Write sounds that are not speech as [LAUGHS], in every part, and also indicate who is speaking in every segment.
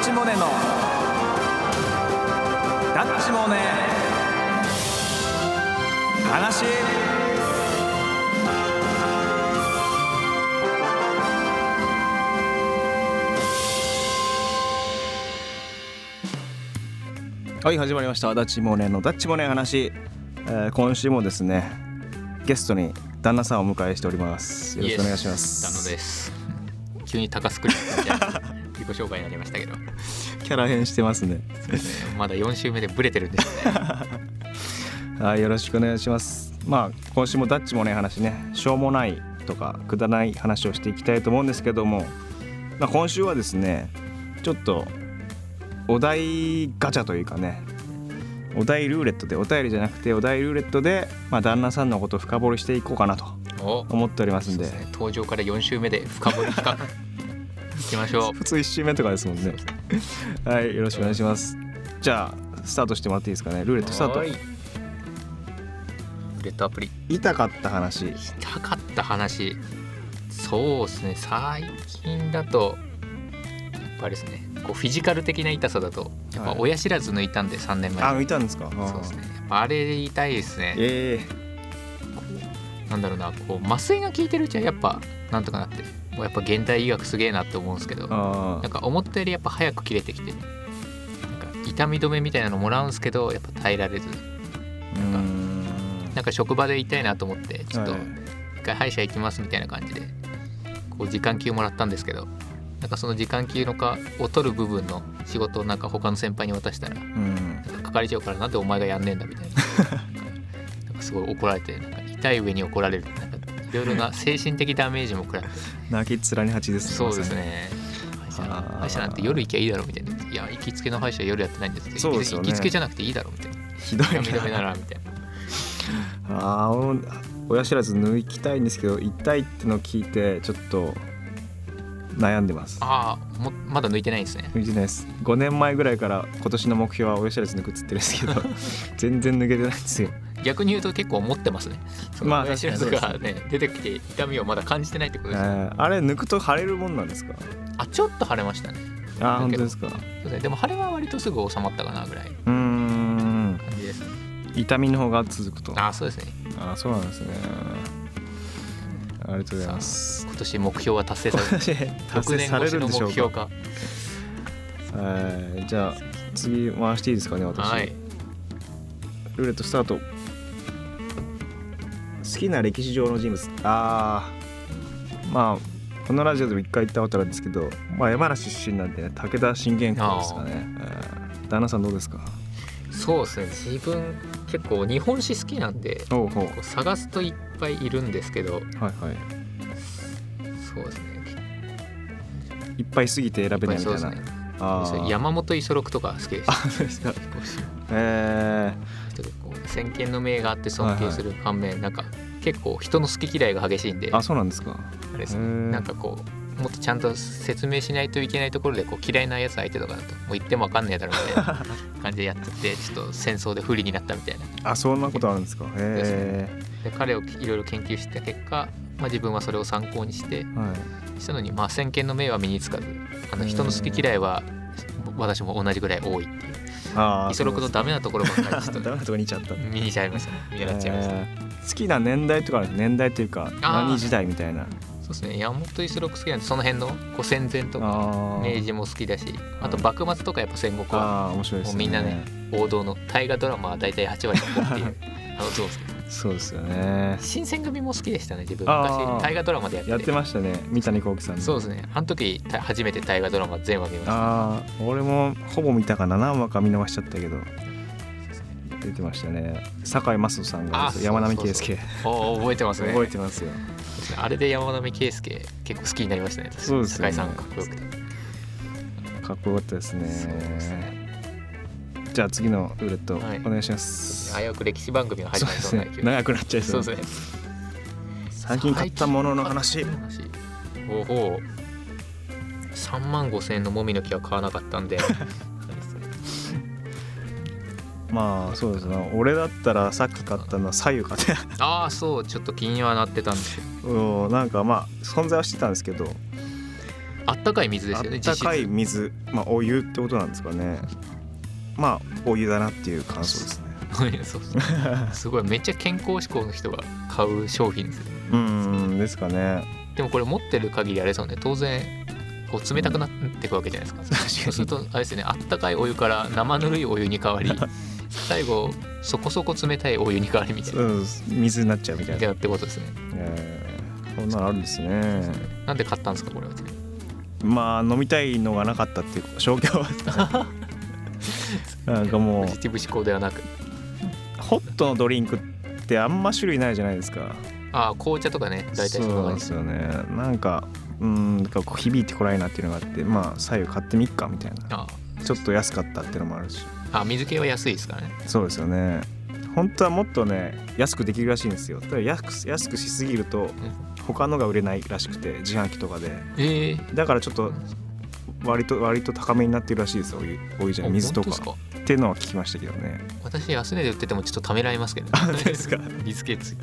Speaker 1: チモネのダッチモネ話はい始まりましたダッチモネのダッチモネ話、えー、今週もですねゲストに旦那さんをお迎えしておりますよろしくお願いします
Speaker 2: イエス旦那です。急に高須クリップみたいな自己紹介になりま
Speaker 1: [LAUGHS]
Speaker 2: したけど、
Speaker 1: キャラ変してますね
Speaker 2: まだ4週目でブレてるんですね。
Speaker 1: はい、よろしくお願いします。まあ今週もダッチもね話ね、しょうもないとかくだらない話をしていきたいと思うんですけども、まあ今週はですね、ちょっとお題ガチャというかね、お題ルーレットでお便りじゃなくてお題ルーレットでまあ旦那さんのことを深掘りしていこうかなと
Speaker 2: お
Speaker 1: 思っております
Speaker 2: そうん
Speaker 1: で、
Speaker 2: ですね。登場から4週目で深掘り企画いきましょう。
Speaker 1: 普通一周目とかですもんね。はい、よろしくお願いします。じゃあスタートしてもらっていいですかね。ルーレットスター
Speaker 2: はー
Speaker 1: ト。
Speaker 2: いレッドアプリ
Speaker 1: 痛かった話。
Speaker 2: したかった話そうですね最近だとやっぱりですねこうフィジカル的な痛さだとやっぱ
Speaker 1: はい
Speaker 2: 親知らず抜いたんで3年前
Speaker 1: あ、いたんですか。
Speaker 2: そうですねやっぱあれ痛いですね
Speaker 1: え
Speaker 2: なんだろうなこう麻酔が効いてるうちはやっぱなんとかなってもうやっぱ現代医学すげえなって思うんですけど
Speaker 1: え
Speaker 2: な
Speaker 1: あ
Speaker 2: んか思ったよりやっぱ早く切れてきてなんか痛み止めみたいなのもらうんですけどやっぱ耐えられず
Speaker 1: ーうーん
Speaker 2: なんか職場で痛いなと思ってちょっと
Speaker 1: はい
Speaker 2: 一回歯医者行きますみたいな感じでこう時間給もらったんですけどなんかその時間給のかを取る部分の仕事をなんか他の先輩に渡したら
Speaker 1: うん
Speaker 2: 係長からなんでお前がやんねえんだ
Speaker 1: [LAUGHS]
Speaker 2: みたいななんかすごい怒られてなんか痛い上に怒られるなんかいろいろな精神的ダメージも食らって
Speaker 1: 泣きっ面に蜂ですね。
Speaker 2: そうですね歯医者
Speaker 1: あー
Speaker 2: 歯医者なんて夜行きゃいいだろみたいないや行きつけの歯医者は夜やってないんですって
Speaker 1: そうですよね
Speaker 2: 行きつけじゃなくていいだろみたいな
Speaker 1: ひどい
Speaker 2: 痛み止めな
Speaker 1: な。
Speaker 2: らみたいな
Speaker 1: ああ、お親知らず抜きたいんですけど、痛いってのを聞いてちょっと悩んでます。
Speaker 2: ああもまだ抜いてないですね
Speaker 1: 抜いてないです。5年前ぐらいから今年の目標は親知らず抜くっつってるんですけ
Speaker 2: [LAUGHS]
Speaker 1: ど、全然抜けてないんですよ。
Speaker 2: 逆に言うと結構持ってますねそ
Speaker 1: ま
Speaker 2: の
Speaker 1: あ
Speaker 2: 親知らず
Speaker 1: 確か
Speaker 2: がね出てきて痛みをまだ感じてないってこと
Speaker 1: え
Speaker 2: ですね
Speaker 1: ーあれ抜くと腫れるもんなんですか。
Speaker 2: あちょっと腫れましたね
Speaker 1: あー、
Speaker 2: だ
Speaker 1: 本
Speaker 2: け
Speaker 1: 当
Speaker 2: ど
Speaker 1: ですか。
Speaker 2: そうですねでも腫れは割とすぐ収まったかなぐらいの
Speaker 1: うーん、
Speaker 2: 感じですね
Speaker 1: 痛みの方が続くと。
Speaker 2: ああそうですね
Speaker 1: あー、そうなんですね。ありがとうございます。
Speaker 2: 今年目標は達成された
Speaker 1: 達
Speaker 2: 6
Speaker 1: 成
Speaker 2: 年
Speaker 1: され
Speaker 2: 越し
Speaker 1: るん
Speaker 2: の
Speaker 1: でしょ
Speaker 2: 目
Speaker 1: うか
Speaker 2: 標。か
Speaker 1: はいじゃあ次回していいですかね私、
Speaker 2: はい
Speaker 1: ルーレットスタート好きな歴史上の人物あーまあこのラジオでも一回言ったことあるんですけど、まあ、山梨出身なんで、ね、武田信玄公ですかね、えー旦那さんどうですか
Speaker 2: そうですね自分結構日本史好きなんで
Speaker 1: おうほう
Speaker 2: こう探すといっぱいいるんですけど
Speaker 1: はいは
Speaker 2: そうですね
Speaker 1: いいっぱいすぎて選べないみ
Speaker 2: そ
Speaker 1: た
Speaker 2: う
Speaker 1: い
Speaker 2: で
Speaker 1: な、
Speaker 2: すね
Speaker 1: あー
Speaker 2: 山本五十六とか好きです
Speaker 1: あそうですかえ
Speaker 2: ちょっとこう先見の明があって尊敬する反面、なんか結構人の好き嫌いが激しいんで
Speaker 1: ー、あそうなんですか
Speaker 2: あれです
Speaker 1: へ
Speaker 2: ね
Speaker 1: ー
Speaker 2: なんかこうもっとちゃんと説明しないといけないところでこう嫌いなやつ相手とかだともう言っても分かんねえだろみたいな感じでやっててちょっと戦争で不利になったみたいな
Speaker 1: あそんなことあるんですかへ
Speaker 2: で彼をいろいろ研究した結果、まあ、自分はそれを参考にして
Speaker 1: えー、はい
Speaker 2: したのにまあ先見の明は身につかずあの
Speaker 1: うん
Speaker 2: 人の好き嫌いは私も同じぐらい多いっていう
Speaker 1: あー
Speaker 2: 五十六のダメなところばっかりちょっと
Speaker 1: ダメなとこにいっちゃった
Speaker 2: 見にちゃいましたね見習っちゃいました、
Speaker 1: えー好きな年代とかある年代というか
Speaker 2: あー
Speaker 1: 何時代みたいな
Speaker 2: そうですね山本五十六好きなんでその辺のこう戦前とか
Speaker 1: あー
Speaker 2: 明治も好きだしあと幕末とかやっぱ戦国は
Speaker 1: あー面白いですね
Speaker 2: もうみんなね王道の大河ドラマは大体8割だった
Speaker 1: [LAUGHS]
Speaker 2: っていうあのそうですけど
Speaker 1: そうですよね
Speaker 2: 新選組も好きでしたね自分
Speaker 1: あー
Speaker 2: 昔大河ドラマでやってて
Speaker 1: やってましたね三谷幸喜さんの
Speaker 2: そうですねあの時た初めて大河ドラマ全話見ました
Speaker 1: ああ俺もほぼ見たかな何話か見逃しちゃったけど出てましたね堺雅人さんが
Speaker 2: あー
Speaker 1: 山並
Speaker 2: そう
Speaker 1: 圭
Speaker 2: そうそう
Speaker 1: 介
Speaker 2: おー覚えてますね
Speaker 1: 覚えてますよ
Speaker 2: あれで山並圭介結構好きになりましたね
Speaker 1: そうですよね
Speaker 2: 酒井さんかっこよくて
Speaker 1: かっこよかったですね
Speaker 2: そうですね
Speaker 1: じゃあ次のルーレットお
Speaker 2: はい
Speaker 1: 願いします、
Speaker 2: 危うく歴史番組が始
Speaker 1: そう
Speaker 2: ま
Speaker 1: で
Speaker 2: り
Speaker 1: す
Speaker 2: そうな
Speaker 1: ね
Speaker 2: 勢い
Speaker 1: 長くなっちゃい
Speaker 2: そ
Speaker 1: そうう
Speaker 2: ですね
Speaker 1: 最近買ったものの話
Speaker 2: おお3万5千円のもみの木は買わなかった
Speaker 1: [LAUGHS]
Speaker 2: んで
Speaker 1: まあそうですね俺だったらさっき買ったのは左右かね
Speaker 2: ああそうちょっと気にはなってたんですけど
Speaker 1: うんなんかまあ存在はしてたんですけど
Speaker 2: あったかい水ですよ
Speaker 1: あ
Speaker 2: ね
Speaker 1: っ
Speaker 2: 実
Speaker 1: た
Speaker 2: 質 [LAUGHS]
Speaker 1: かい水、まあ、お湯ってことなんですかねまあお湯だなっていう感想ですね
Speaker 2: そうそうすごいめっちゃ健康志向の人が買う商品ですね
Speaker 1: うんですかね
Speaker 2: でもこれ持ってる限りあれですよね当然こう冷たくなっていくわけじゃないですかそうするとあれですよねあったかいお湯から生ぬるいお湯に変
Speaker 1: [LAUGHS]
Speaker 2: わり最後そこそこ冷たいお湯に変わりみたいな
Speaker 1: うん水になっちゃうみたいな
Speaker 2: みたいなってことですね
Speaker 1: えーこんなのあるんですね
Speaker 2: なんで買ったんですかこれは
Speaker 1: まあ飲みたいのがなかったっていう消
Speaker 2: [LAUGHS]
Speaker 1: 去はなんかも
Speaker 2: ポ
Speaker 1: う
Speaker 2: ジティブ思考ではなく
Speaker 1: ホットのドリンクってあんま種類ないじゃないですか
Speaker 2: ああ紅茶とかね大体そ
Speaker 1: そ
Speaker 2: んな
Speaker 1: うなん
Speaker 2: 感
Speaker 1: で
Speaker 2: じ
Speaker 1: すよねなんかうんなんかこう響いてこないなっていうのがあってまあ左右買ってみっかみたいな
Speaker 2: あ
Speaker 1: ちょっと安かったっていうのもあるし
Speaker 2: あ水系は安いですからね
Speaker 1: そうですよね本当はもっとね安くできるらしいんですよただ安く安くしすぎると他のが売れないらしくて自販機とかで
Speaker 2: ええ
Speaker 1: だからちょっと割と割と高めになってるらしいですよお湯お湯じゃない水とか
Speaker 2: ですか
Speaker 1: っていうのは聞きましたけどね
Speaker 2: 私安値で売っててもちょっとためらいますけど
Speaker 1: あそうですか
Speaker 2: [LAUGHS] 水系つい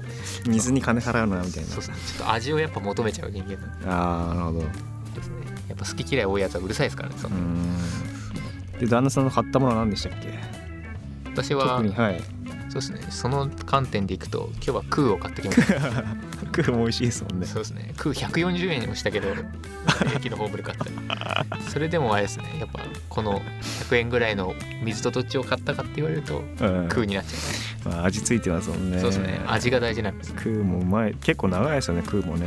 Speaker 1: 水に金払うなみたいな
Speaker 2: そうそうちょっと味をやっぱ求めちゃう人間なん
Speaker 1: ああなるほどう
Speaker 2: ですねやっぱ好き嫌い多いやつはうるさいですからねそ
Speaker 1: ー
Speaker 2: の
Speaker 1: んで旦那さんの買ったものは何でしたっけ
Speaker 2: 私は
Speaker 1: 特にはい
Speaker 2: そうですねその観点でいくと今日は空を買ってきました
Speaker 1: クーも美味しいですもんね
Speaker 2: そうですね空140円にもしたけど駅のホームで買ったそれでもあれですねやっぱこの100円ぐらいの水とどっちを買ったかって言われると
Speaker 1: うん
Speaker 2: 空になっちゃ
Speaker 1: まあ、味付いてますもん
Speaker 2: う、
Speaker 1: ね
Speaker 2: そうですね味が大事なんです
Speaker 1: クーもうまい結構長いですよねクーもね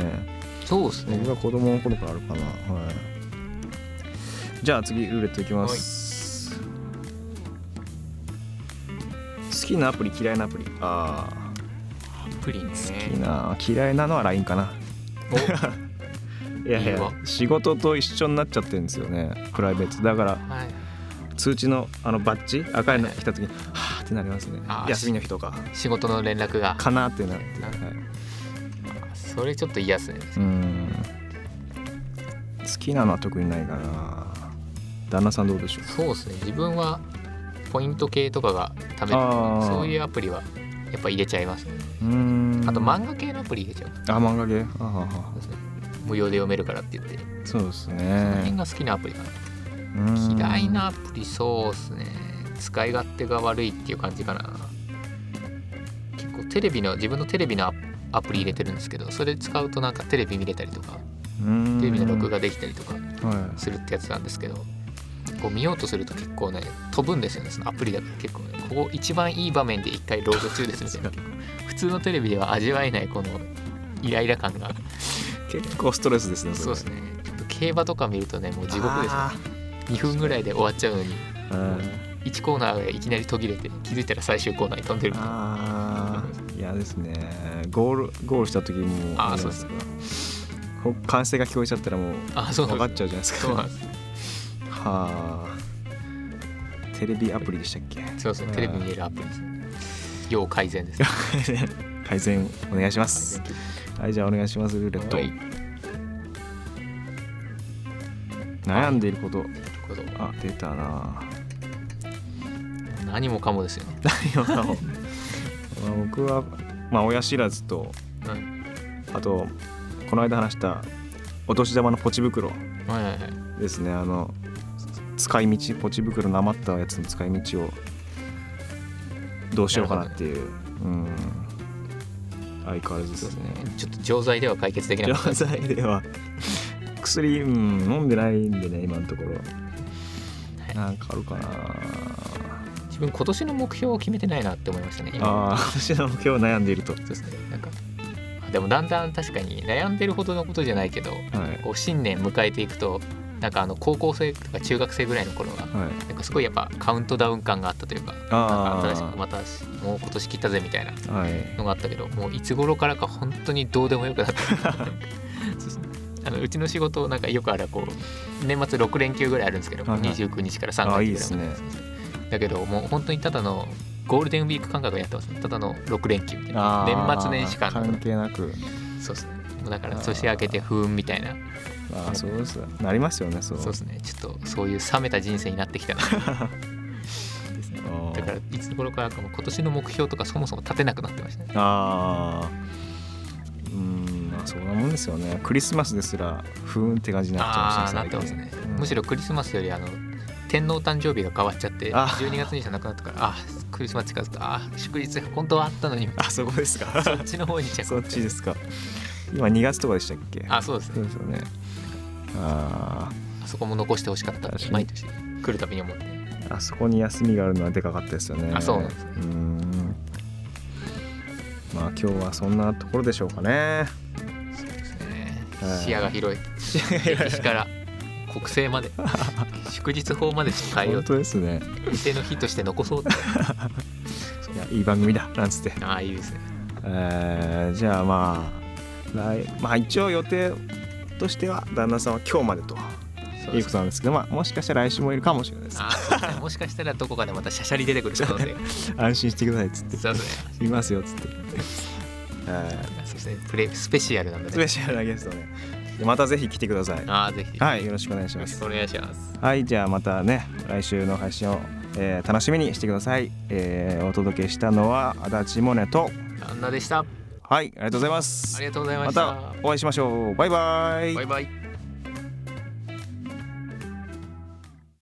Speaker 2: そうですね
Speaker 1: 僕は子供の頃からあるかなはいじゃあ次ルーレットいきます、好きなアプリ嫌いなアプリああ
Speaker 2: プリンね
Speaker 1: いいな嫌いなのは LINE かな
Speaker 2: お
Speaker 1: いやい
Speaker 2: いい
Speaker 1: や
Speaker 2: わ
Speaker 1: 仕事と一緒になっちゃってるんですよねプライベートだから
Speaker 2: はい
Speaker 1: 通知のあのバッジ赤いの
Speaker 2: はい
Speaker 1: 来た時にはあってなりますね
Speaker 2: あー
Speaker 1: 休みの日とか
Speaker 2: 仕事の連絡が
Speaker 1: かなってなって、
Speaker 2: な
Speaker 1: はい、
Speaker 2: それちょっと嫌ですね
Speaker 1: うん好きなのは特にないかな旦那さんどうでしょう
Speaker 2: そうですね自分はポイント系とかがため
Speaker 1: あー
Speaker 2: そういうアプリはやっぱ入れちゃいますね
Speaker 1: うーん
Speaker 2: あと漫画系のアプリ入れちゃう
Speaker 1: あ漫画系あはは
Speaker 2: そうですね無料で読めるからって言って、
Speaker 1: そうです
Speaker 2: その辺
Speaker 1: ね
Speaker 2: が好きなアプリかな
Speaker 1: うん
Speaker 2: 嫌いなアプリそうですね使い勝手が悪いっていう感じかな結構テレビの自分のテレビのアアプリ入れてるんですけどそれ使うとなんかテレビ見れたりとか
Speaker 1: うん
Speaker 2: テレビの録画できたりとか
Speaker 1: は
Speaker 2: するってやつなんですけどこう見ようとすると結構ね飛ぶんですよねそのアプリだから結構ねここ一番いい場面で一回ロード中ですみたいな普通のテレビでは味わえないこのイライラ感が
Speaker 1: い結構ストレスですね
Speaker 2: そうです
Speaker 1: ね
Speaker 2: ねちょっと競馬とか見るとねもう地獄ですよ2分ぐらいで終わっちゃうのに1コーナーがいきなり途切れて気づいたら最終コーナーに飛んでるみたいな
Speaker 1: ああ嫌ですねゴールゴールした時にも
Speaker 2: あーそうです
Speaker 1: こう歓声が聞こえちゃったらもう
Speaker 2: あそう
Speaker 1: 分
Speaker 2: なん
Speaker 1: か
Speaker 2: で
Speaker 1: っちゃうじゃないです
Speaker 2: す
Speaker 1: か
Speaker 2: そうなんです
Speaker 1: はあテレビアプリでしたっけ
Speaker 2: そうですねテレビ見れるアプリですね要改善です
Speaker 1: 改善お願いします
Speaker 2: 改
Speaker 1: はいじゃあお願いしますルーレッ
Speaker 2: 善
Speaker 1: ト、
Speaker 2: はい
Speaker 1: 悩んでいること
Speaker 2: これ
Speaker 1: あ出たな
Speaker 2: 何もかもですよね、
Speaker 1: 今のまあ僕はまあ親知らずと
Speaker 2: うん
Speaker 1: あとこの間話したお年玉のポチ袋
Speaker 2: はいはいはい
Speaker 1: ですねあの使い道ポチ袋の余ったやつの使い道をどうしようかなっていう、うん相変わらずですね
Speaker 2: ちょっと錠剤では解決できなか
Speaker 1: [LAUGHS]
Speaker 2: った
Speaker 1: 錠剤では薬、うん、飲んでないんでね今のところなんかあるかな
Speaker 2: 自分今年の目標を決めてないなって思いましたね今
Speaker 1: ああ私の今日悩んでいると
Speaker 2: そうですねなんかあでもだんだん確かに悩んでるほどのことじゃないけど
Speaker 1: はい
Speaker 2: こう新年迎えていくとなんかあの高校生とか中学生ぐらいの頃は
Speaker 1: はい
Speaker 2: なんかすごいやっぱカウントダウン感があったというかなん
Speaker 1: あ
Speaker 2: か新しく
Speaker 1: あ
Speaker 2: またもう今年切ったぜみたいな
Speaker 1: はい
Speaker 2: のがあったけどもういつ頃からか本当にどうでもよくなったそうですねあのうちの仕事なんかよくあれはこう年末6連休ぐらいあるんですけど、
Speaker 1: はいはい
Speaker 2: 29日から3月ぐ
Speaker 1: あ
Speaker 2: ら
Speaker 1: あ
Speaker 2: い
Speaker 1: いいですね
Speaker 2: だけどもう本当にただのゴールデンウィーク感覚でやってますねただの6連休みたいな
Speaker 1: あー
Speaker 2: 年末年始間
Speaker 1: 関係なく
Speaker 2: そうですねもうだから年明けて不運みたいな
Speaker 1: ああそうですなりますよねそう
Speaker 2: そうですねちょっとそういう冷めた人生になってき
Speaker 1: [LAUGHS]
Speaker 2: たなですね
Speaker 1: あ
Speaker 2: だからいつ頃からかもう今年の目標とかそもそも立てなくなってましたね
Speaker 1: ああーうんまあそうなもんですよねクリスマスですらふーんって感じになっちゃいまし
Speaker 2: あ
Speaker 1: た
Speaker 2: あーなってますね、むし
Speaker 1: ろ
Speaker 2: ろクリスマスよりあの天皇誕生日が変わっちゃって
Speaker 1: あ
Speaker 2: 12月にじゃなくなったからあクリスマス近づくとあ祝日本当はあったのにこ
Speaker 1: あそこですか
Speaker 2: っちの方に着
Speaker 1: そっちですか今2月とかでしたっけ
Speaker 2: あそうです
Speaker 1: そう
Speaker 2: ね
Speaker 1: ですよねあ
Speaker 2: あそこも残してほしかったっ
Speaker 1: 確か
Speaker 2: て
Speaker 1: に
Speaker 2: 毎年来るたびに思って
Speaker 1: ーあそこに休みがあるのはでかかったですよね
Speaker 2: あそうなんですね
Speaker 1: うーんまあ今日はそんなところでしょうかね
Speaker 2: そうですね
Speaker 1: はい
Speaker 2: 視野が広い歴史から国
Speaker 1: [LAUGHS]
Speaker 2: 政まで祝日法まで変えよ
Speaker 1: 本
Speaker 2: うと
Speaker 1: 当ですね
Speaker 2: 店の日として残そうって
Speaker 1: いやいい番組だなんつって [LAUGHS]
Speaker 2: ああいいですね
Speaker 1: えーじゃあまあ来まあ一応予定としては旦那さんは今日までとい
Speaker 2: そうで
Speaker 1: う
Speaker 2: す
Speaker 1: ことなんですけど、まあ、もしかしたら来週もいるかもしれないです
Speaker 2: あーそうですねもしかしたらどこかでまたシャシャリ出てくる可能性が
Speaker 1: 安心してくださいっつって
Speaker 2: そうですね
Speaker 1: いますよっつ
Speaker 2: [LAUGHS]
Speaker 1: って、え
Speaker 2: そしてプレスペシャルなんだ
Speaker 1: ー
Speaker 2: ね
Speaker 1: スペシャルなゲストねまたぜひ来てください
Speaker 2: ああぜひ、
Speaker 1: はいよろしくお願いし
Speaker 2: よ
Speaker 1: ま
Speaker 2: ろし
Speaker 1: す
Speaker 2: くお願いします。
Speaker 1: はいじゃあまたね来週の配信を、えー楽しみにしてください、えーお届けしたのは足立モネと
Speaker 2: あんなでした。あ
Speaker 1: はいありがとうございます
Speaker 2: りがとうございま
Speaker 1: ま
Speaker 2: した。
Speaker 1: たお会いしましょうバイバイ
Speaker 2: バイバイ。